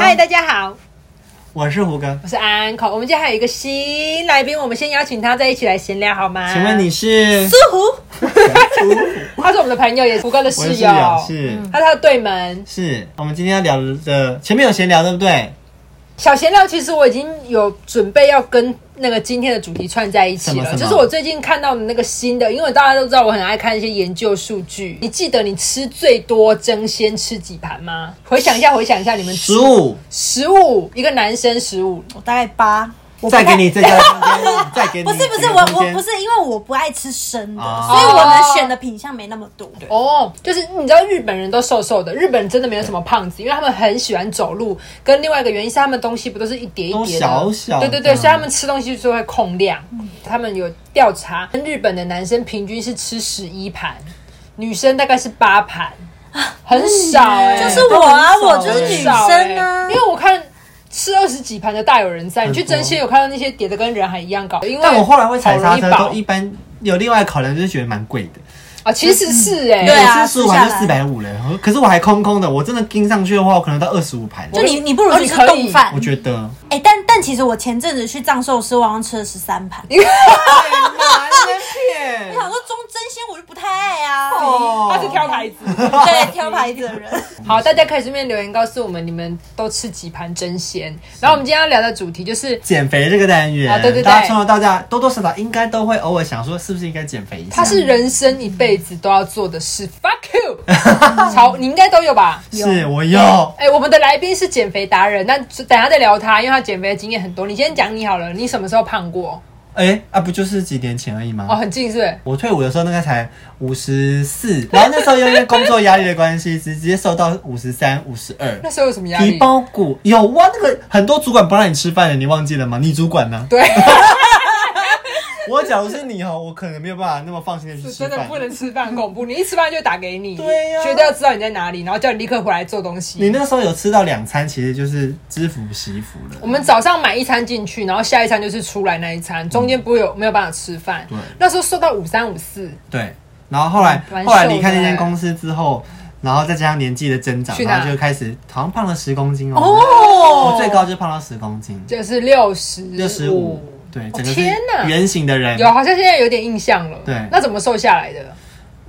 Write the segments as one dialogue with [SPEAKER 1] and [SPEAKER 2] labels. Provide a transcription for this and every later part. [SPEAKER 1] 嗨，大家好，
[SPEAKER 2] 我是胡歌。
[SPEAKER 1] 哦我是安口。我们今天还有一个新来宾，我们先邀请他再一起来闲聊好
[SPEAKER 3] 哎
[SPEAKER 1] 吗？
[SPEAKER 2] 请问你是
[SPEAKER 1] 苏？ 胡，他是我们的朋友，也是胡哥的
[SPEAKER 2] 我
[SPEAKER 1] 室
[SPEAKER 2] 是室
[SPEAKER 1] 友，
[SPEAKER 2] 友，是
[SPEAKER 3] 嗯
[SPEAKER 1] 他是他的对门。
[SPEAKER 2] 是。我们今天要聊的前面有闲聊，对不对？
[SPEAKER 1] 小闲聊，其实我已经有准备要跟那个今天的主题串在一起
[SPEAKER 2] 什么
[SPEAKER 1] 了，
[SPEAKER 2] 什么
[SPEAKER 1] 就是我最近看到的那个新的，因为大家都知道我很爱看一些研究数据。你记得你吃最多蒸鲜吃几盘吗？回想一下，回想一下，你们吃
[SPEAKER 2] 十五，
[SPEAKER 1] 十五，一个男生十五，
[SPEAKER 3] 我大概八。我不
[SPEAKER 2] 再
[SPEAKER 3] 太
[SPEAKER 2] 给你这个空 间，再给你
[SPEAKER 3] 不是不
[SPEAKER 2] 这
[SPEAKER 3] 是
[SPEAKER 2] 个
[SPEAKER 3] 我
[SPEAKER 2] 空
[SPEAKER 3] 我
[SPEAKER 2] 间
[SPEAKER 3] 不是因为我不爱吃生的，
[SPEAKER 2] 哦
[SPEAKER 3] 所以我能选的品相没那么多。
[SPEAKER 1] 哦，就是你知道日本人都瘦瘦的，日本人真的没有什么胖子，因为他们很喜欢走路。跟另外一个原因是他们东西不都是一叠一叠的，
[SPEAKER 2] 都小小的
[SPEAKER 1] 对对对，所以他们吃东西就会控量。他们有调查，日本的男生平均是吃十一盘，女生大概是八盘，
[SPEAKER 2] 啊
[SPEAKER 1] 很少哎、
[SPEAKER 2] 嗯
[SPEAKER 3] 就是我啊，
[SPEAKER 2] 都
[SPEAKER 3] 我
[SPEAKER 2] 很少
[SPEAKER 3] 就是女
[SPEAKER 1] 很
[SPEAKER 3] 生
[SPEAKER 1] 少
[SPEAKER 3] 啊
[SPEAKER 1] 欸因。为我看。吃二十几盘的大有人在，你去真鲜有看到那些叠的跟人还一样高，因为
[SPEAKER 2] 但我后来会踩刹车，
[SPEAKER 1] 好
[SPEAKER 2] 都
[SPEAKER 1] 容易
[SPEAKER 2] 一
[SPEAKER 1] 饱
[SPEAKER 2] 般有另外考量，就是觉得蛮贵的。
[SPEAKER 1] 啊，其实是哎、
[SPEAKER 3] 对啊
[SPEAKER 2] 我吃十五盘就
[SPEAKER 3] 吃
[SPEAKER 2] 四
[SPEAKER 3] 下
[SPEAKER 2] 百五了，然后可是我还空空的。我真的盯上去的话，我可能到二十五盘。
[SPEAKER 3] 就你，你不如
[SPEAKER 1] 哦
[SPEAKER 3] 去
[SPEAKER 1] 你
[SPEAKER 3] 吃
[SPEAKER 1] 可以
[SPEAKER 3] 冻饭
[SPEAKER 2] 我。觉 得
[SPEAKER 3] 哎、但但其实我前阵子去藏寿司，我好像吃了十三盘。你
[SPEAKER 2] 太难了骗
[SPEAKER 3] 想说中真鲜，我就不太爱啊。
[SPEAKER 2] 哦
[SPEAKER 1] 他是 挑牌子。
[SPEAKER 3] 对，挑牌子的人。
[SPEAKER 1] 好，大家可以顺便留言告诉我们你们都吃几盘真鲜。然后我们今天要聊的主题就是
[SPEAKER 2] 减肥这个单元，
[SPEAKER 1] 啊对对对
[SPEAKER 2] 大家从小到大多多少少应该都会偶尔想说，是不是应该减肥一下？
[SPEAKER 1] 它是人生一辈子都要做的事。Fuck you，曹，你应该都有吧？
[SPEAKER 2] 是我有。
[SPEAKER 1] 哎、我们的来宾是减肥达人，那等下再聊他，因为他减肥的经验很多。你先讲你好了，你什么时候胖过？
[SPEAKER 2] 哎、啊，不就是几年前而已吗？
[SPEAKER 1] 哦，很近是不是？
[SPEAKER 2] 我退伍的时候那个才五十四，然后那时候又因为工作压力的关系，直接瘦到五十三、五十二。
[SPEAKER 1] 那时候有什么压
[SPEAKER 2] 皮
[SPEAKER 1] 力？
[SPEAKER 2] 包骨有啊，那个很多主管不让你吃饭的，你忘记了吗？你主管呢、
[SPEAKER 1] 对，
[SPEAKER 2] 我假如是你哦，我可能没有办法那么放心的去
[SPEAKER 1] 是
[SPEAKER 2] 吃
[SPEAKER 1] 真
[SPEAKER 2] 饭
[SPEAKER 1] 的。不能吃饭，很恐怖。你一吃饭就打给你，
[SPEAKER 2] 对呀
[SPEAKER 1] 绝对要知道你在哪里，然后叫你立刻回来做东西。
[SPEAKER 2] 你那时候有吃到两餐，其实就是知福惜福了。
[SPEAKER 1] 我们早上买一餐进去，然后下一餐就是出来那一餐，中间不会有没有办法吃饭。
[SPEAKER 2] 嗯对
[SPEAKER 1] 那时候瘦到五三五四，
[SPEAKER 2] 对，然后后来
[SPEAKER 1] 蛮瘦
[SPEAKER 2] 后来离开
[SPEAKER 1] 的
[SPEAKER 2] 那间
[SPEAKER 1] 欸
[SPEAKER 2] 公司之后，然后再加上年纪的增长，
[SPEAKER 1] 去哪
[SPEAKER 2] 然后就开始好像胖了十公斤哦。
[SPEAKER 1] 哦
[SPEAKER 2] 我最高就胖到十公斤，
[SPEAKER 1] 就是六十
[SPEAKER 2] 六十五。对，整个是
[SPEAKER 1] 哦天哪
[SPEAKER 2] 圆形的人。啊
[SPEAKER 1] 有好像现在有点印象了。
[SPEAKER 2] 对
[SPEAKER 1] 那怎么瘦下来的？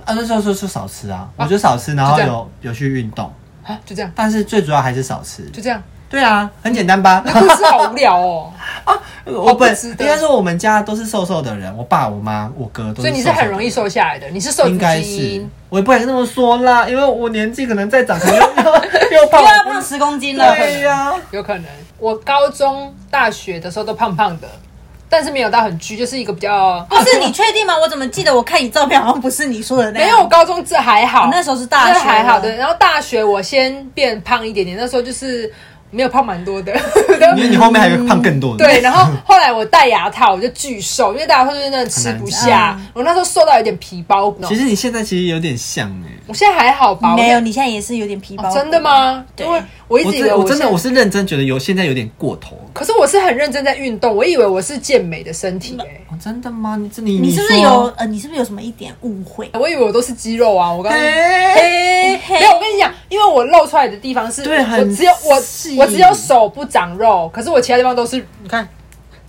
[SPEAKER 2] 啊，那时候说说少吃啊，我就少吃，然
[SPEAKER 1] 就
[SPEAKER 2] 后
[SPEAKER 1] 这样
[SPEAKER 2] 有有去运动，
[SPEAKER 1] 啊，就这样，
[SPEAKER 2] 但是最主要还是少吃。
[SPEAKER 1] 就 这样。
[SPEAKER 2] 对啊，很简单 吧？
[SPEAKER 1] 故事好无聊哦，
[SPEAKER 2] 我本
[SPEAKER 1] 值
[SPEAKER 2] 应
[SPEAKER 1] 得
[SPEAKER 2] 该说我们家都是瘦瘦的人，我爸、我妈、我哥都是瘦瘦的人。
[SPEAKER 1] 所以你是很容易瘦下来的，你是瘦
[SPEAKER 2] 应
[SPEAKER 1] 子
[SPEAKER 2] 该
[SPEAKER 1] 基
[SPEAKER 2] 是
[SPEAKER 1] 因。，
[SPEAKER 2] 我也不敢这么说啦，因为我年纪可能再长，可能 又又又胖
[SPEAKER 3] 又。要胖十公斤了。
[SPEAKER 2] 对呀、
[SPEAKER 1] 有可能，我高中、大学的时候都胖胖的，但是没有到很巨，就是一个比较
[SPEAKER 3] 不是你确定吗？我怎么记得我看你照片好像不是你说的那
[SPEAKER 1] 没
[SPEAKER 3] 样？哦
[SPEAKER 1] 有。我高中这还好，
[SPEAKER 3] 那时候是大学
[SPEAKER 1] 那还好
[SPEAKER 3] 了
[SPEAKER 1] 对。然后大学我先变胖一点点，那时候就是没有胖蛮多的，
[SPEAKER 2] 因为你后面还有胖更多的。
[SPEAKER 1] 对。然后后来我戴牙套，我就巨瘦，因为戴牙套就是真的吃不下。
[SPEAKER 3] 嗯
[SPEAKER 1] 我那时候瘦到有点皮包骨，
[SPEAKER 2] 其实你现在其实有点像哎、
[SPEAKER 1] 我现在还好吧？
[SPEAKER 3] 没有，
[SPEAKER 1] 我
[SPEAKER 3] 你现在也是有点皮包
[SPEAKER 1] 哦
[SPEAKER 3] 骨、
[SPEAKER 1] 真的吗？
[SPEAKER 3] 对
[SPEAKER 1] 因为我一
[SPEAKER 2] 我
[SPEAKER 1] 直以为
[SPEAKER 2] 真我真的
[SPEAKER 1] 现
[SPEAKER 2] 我是认真觉得有现在有点过头。
[SPEAKER 1] 可是我是很认真在运动，我以为我是健美的身体、欸。
[SPEAKER 2] 哦，真的吗？你这你
[SPEAKER 3] 你是不是
[SPEAKER 2] 说
[SPEAKER 3] 有呃？你是不是有什么一点误会？
[SPEAKER 1] 我以为我都是肌肉啊！我刚刚
[SPEAKER 2] 嘿
[SPEAKER 1] 嘿没有，我跟你讲，因为我露出来的地方是，
[SPEAKER 2] 对
[SPEAKER 1] 我
[SPEAKER 2] 很
[SPEAKER 1] 只有我
[SPEAKER 2] 细
[SPEAKER 1] 我只有手不长肉，可是我其他地方都是，
[SPEAKER 2] 你看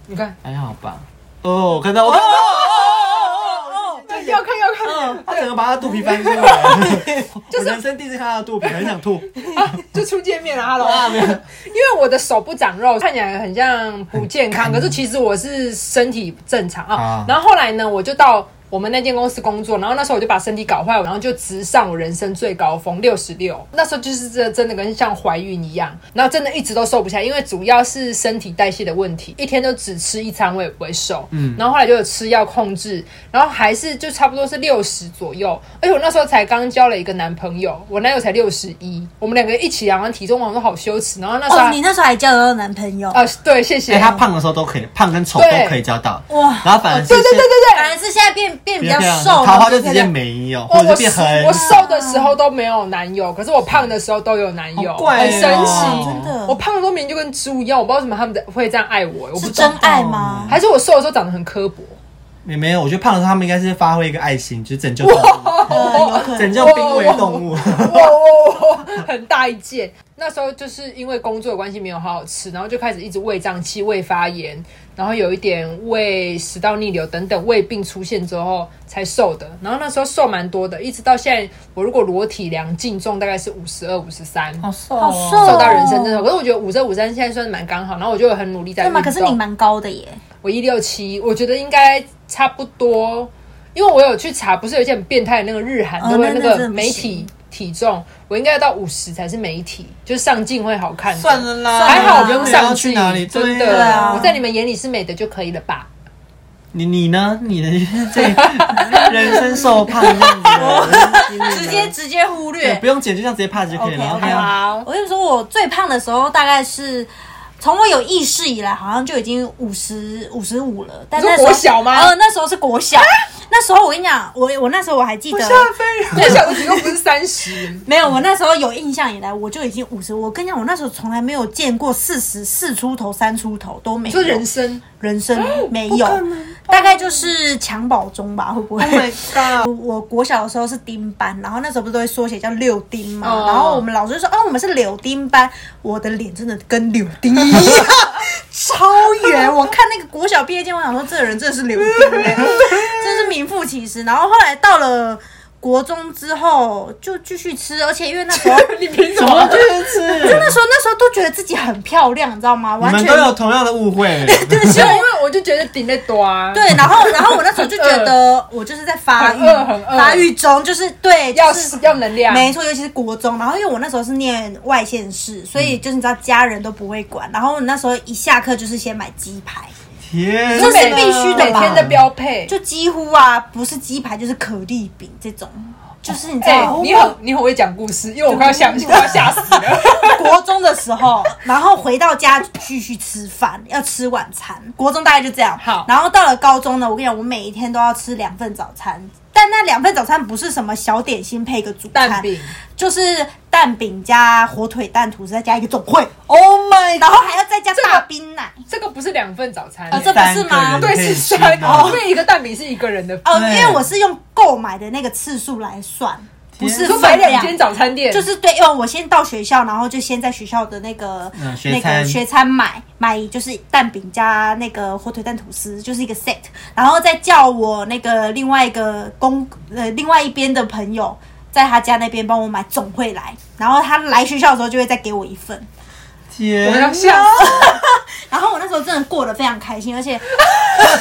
[SPEAKER 1] 你看，
[SPEAKER 2] 哎还好吧？哦，我看到我看到。哦
[SPEAKER 1] 哎要看要看，
[SPEAKER 2] 他整个把他肚皮翻出来，我人生第一次看他的肚皮，很想吐。
[SPEAKER 1] 啊就初见面了哈喽。因为我的手不长肉，看起来很像不健康，可是其实我是身体正常啊
[SPEAKER 2] 啊。
[SPEAKER 1] 然后后来呢，我就到。我们那间公司工作，然后那时候我就把身体搞坏，然后就直上我人生最高峰六十六。那时候就是真真的跟像怀孕一样，然后真的一直都瘦不下来，因为主要是身体代谢的问题，一天都只吃一餐我也不会瘦。嗯，然后后来就有吃药控制，然后还是就差不多是六十左右。而且我那时候才刚交了一个男朋友，我男友才六十一，我们两个一起量完体重，我说好羞耻。然后那时候
[SPEAKER 3] 哦，
[SPEAKER 1] 还
[SPEAKER 3] 你那时候还交得到男朋友？
[SPEAKER 1] 啊，对，谢谢。
[SPEAKER 2] 哎，他胖的时候都可以，胖跟丑都可以交到。
[SPEAKER 3] 哇
[SPEAKER 2] 然后反而是
[SPEAKER 1] 对对对对
[SPEAKER 3] 反而是现在变变比
[SPEAKER 2] 变
[SPEAKER 3] 较
[SPEAKER 2] 漂亮
[SPEAKER 3] 瘦了，
[SPEAKER 2] 桃花就直接没有，
[SPEAKER 1] 对，
[SPEAKER 2] 或
[SPEAKER 1] 我
[SPEAKER 2] 者
[SPEAKER 1] 我
[SPEAKER 2] 是变很
[SPEAKER 1] 我瘦的时候都没有男友，可是我胖的时候都有男友，
[SPEAKER 2] 好怪哦
[SPEAKER 1] 很神
[SPEAKER 3] 哦
[SPEAKER 1] 奇。
[SPEAKER 3] 真的，
[SPEAKER 1] 我胖的时候明明就跟猪一样，我不知道为什么他们会这样爱我，我不
[SPEAKER 3] 是
[SPEAKER 1] 知道
[SPEAKER 3] 真爱吗？
[SPEAKER 1] 还是我瘦的时候长得很刻薄。
[SPEAKER 2] 也没有。我觉得胖的时候他们应该是发挥一个爱心，就是拯救他们。
[SPEAKER 3] 呃有可
[SPEAKER 2] 拯
[SPEAKER 3] 能。
[SPEAKER 2] 救濒危动物。
[SPEAKER 1] 哇
[SPEAKER 2] 哦
[SPEAKER 1] 哇哇，很大一件。那时候就是因为工作的关系没有好好吃，然后就开始一直胃胀气、胃发炎，然后有一点胃食道逆流等等胃病出现之后才瘦的。然后那时候瘦蛮多的，一直到现在，我如果裸体量净重大概是五十二、五十三，
[SPEAKER 2] 好瘦
[SPEAKER 3] 好
[SPEAKER 2] 哦，
[SPEAKER 3] 瘦
[SPEAKER 1] 瘦到人生真的。可是我觉得五十二、五三现在算是蛮刚好，然后我就很努力在
[SPEAKER 3] 对
[SPEAKER 1] 运动。
[SPEAKER 3] 吗？可是你蛮高的耶，
[SPEAKER 1] 我一六七，我觉得应该差不多，因为我有去查，不是有一件很变态的那个日韩，
[SPEAKER 3] 哦
[SPEAKER 1] 对不对？
[SPEAKER 3] 那
[SPEAKER 1] 那
[SPEAKER 3] 那真的
[SPEAKER 1] 个
[SPEAKER 3] 不
[SPEAKER 1] 媒体体重，我应该要到五十才是媒体，就是上镜会好看。
[SPEAKER 2] 算了啦，
[SPEAKER 1] 还好我不
[SPEAKER 2] 不
[SPEAKER 1] 用
[SPEAKER 2] 要
[SPEAKER 1] 上
[SPEAKER 2] 去
[SPEAKER 1] 镜，
[SPEAKER 2] 哪里，
[SPEAKER 1] 真
[SPEAKER 2] 对
[SPEAKER 1] 的、
[SPEAKER 2] 啊
[SPEAKER 3] 啊
[SPEAKER 1] 我在你们眼里是美的就可以了吧？
[SPEAKER 2] 你你呢？你的这人生受怕这样子的，
[SPEAKER 3] 直接直接忽
[SPEAKER 2] 对，
[SPEAKER 3] 略
[SPEAKER 2] 不。用剪，就这样直接怕就可以了。
[SPEAKER 3] OK，啊
[SPEAKER 2] 然后
[SPEAKER 3] OK，
[SPEAKER 2] 还有
[SPEAKER 1] 好，
[SPEAKER 3] 我跟你说，我最胖的时候大概是从我有意识以来，好像就已经五十五十五了。但
[SPEAKER 1] 你说
[SPEAKER 3] 那时候
[SPEAKER 1] 国小吗啊
[SPEAKER 3] 呃，那时候是国小。那时候我跟你讲，我我那时候我还记得，
[SPEAKER 1] 我小的体重不是三 十，
[SPEAKER 3] 没有，我那时候有印象以来，我就已经五十。我跟你讲，我那时候从来没有见过四十四出头、三出头都没有。
[SPEAKER 1] 就是人生
[SPEAKER 3] 人生
[SPEAKER 2] 哦
[SPEAKER 3] 没有，大概就是襁褓中吧，会不会？
[SPEAKER 2] Oh my
[SPEAKER 3] 我 我国小的时候是丁班，然后那时候不是都会缩写叫六丁嘛
[SPEAKER 1] 哦
[SPEAKER 3] 然后我们老师就说，哦，我们是柳丁班，我的脸真的跟柳丁 一样，超圆。我看那个国小毕业见，我想说，这个人真的是柳 丁、欸，真是名副其实。然后后来到了。国中之后就继续吃，而且因为那时候，
[SPEAKER 1] 你凭什
[SPEAKER 2] 怎么
[SPEAKER 1] 么？
[SPEAKER 2] 就是？
[SPEAKER 3] 那时候那时候都觉得自己很漂亮，你知道吗？
[SPEAKER 2] 你
[SPEAKER 3] 完
[SPEAKER 2] 们
[SPEAKER 3] 全
[SPEAKER 2] 都有同样的误会，
[SPEAKER 1] 就是因为我就觉得顶在多啊，
[SPEAKER 3] 对，然后然后我那时候就觉得我就是在发育
[SPEAKER 1] 很饿很，饿
[SPEAKER 3] 发育中就是对，就
[SPEAKER 1] 要
[SPEAKER 3] 是。
[SPEAKER 1] 要能量，
[SPEAKER 3] 没错，尤其是国中，然后因为我那时候是念外县市，所以就是你知道家人都不会
[SPEAKER 1] 嗯
[SPEAKER 3] 管，然后我那时候一下课就是先买鸡排，
[SPEAKER 2] 天哪，
[SPEAKER 1] 这
[SPEAKER 3] 是
[SPEAKER 1] 每
[SPEAKER 3] 必须的
[SPEAKER 1] 每
[SPEAKER 3] 吧
[SPEAKER 1] 天的标配。
[SPEAKER 3] 就几乎啊不是鸡排就是可丽饼这种，就是你知
[SPEAKER 1] 哎、
[SPEAKER 3] 道、
[SPEAKER 1] 你很你很会讲故事，因为我快要吓快要吓死了。
[SPEAKER 3] 国中的时候，然后回到家继续吃饭，要吃晚餐。国中大概就这样。
[SPEAKER 1] 好
[SPEAKER 3] 然后到了高中呢，我跟你讲，我每一天都要吃两份早餐，但那两份早餐不是什么小点心配个主餐，
[SPEAKER 1] 蛋饼
[SPEAKER 3] 就是蛋饼加火腿蛋吐司，再加一个总会，
[SPEAKER 1] Oh my！
[SPEAKER 3] 然后还要再加
[SPEAKER 1] 这个
[SPEAKER 3] 大冰奶。
[SPEAKER 1] 这个不是两份早餐、
[SPEAKER 3] 啊这
[SPEAKER 2] 三
[SPEAKER 3] 不是吗
[SPEAKER 2] 个人
[SPEAKER 1] 对
[SPEAKER 2] 可以
[SPEAKER 1] 是
[SPEAKER 2] 吃
[SPEAKER 1] 三个，
[SPEAKER 2] 到
[SPEAKER 1] 因为一个蛋饼是一个人的。
[SPEAKER 3] 哦，因
[SPEAKER 2] 对
[SPEAKER 3] 为我是用购买的那个次数来算，不
[SPEAKER 1] 你
[SPEAKER 3] 是
[SPEAKER 1] 说买
[SPEAKER 3] 分
[SPEAKER 1] 两
[SPEAKER 3] 量。
[SPEAKER 1] 间早餐店，
[SPEAKER 3] 就是对，因为我先到学校，然后就先在学校的那个、
[SPEAKER 2] 嗯学
[SPEAKER 3] 那
[SPEAKER 2] 餐
[SPEAKER 3] 个学餐买买，就是蛋饼加那个火腿蛋吐司，就是一个 set，然后再叫我那个另外一个公呃另外一边的朋友。在他家那边帮我买总会来，然后他来学校的时候就会再给我一份，
[SPEAKER 1] 我
[SPEAKER 2] 天
[SPEAKER 1] 要吓死了。
[SPEAKER 3] 然后我那时候真的过得非常开心，而且 我跟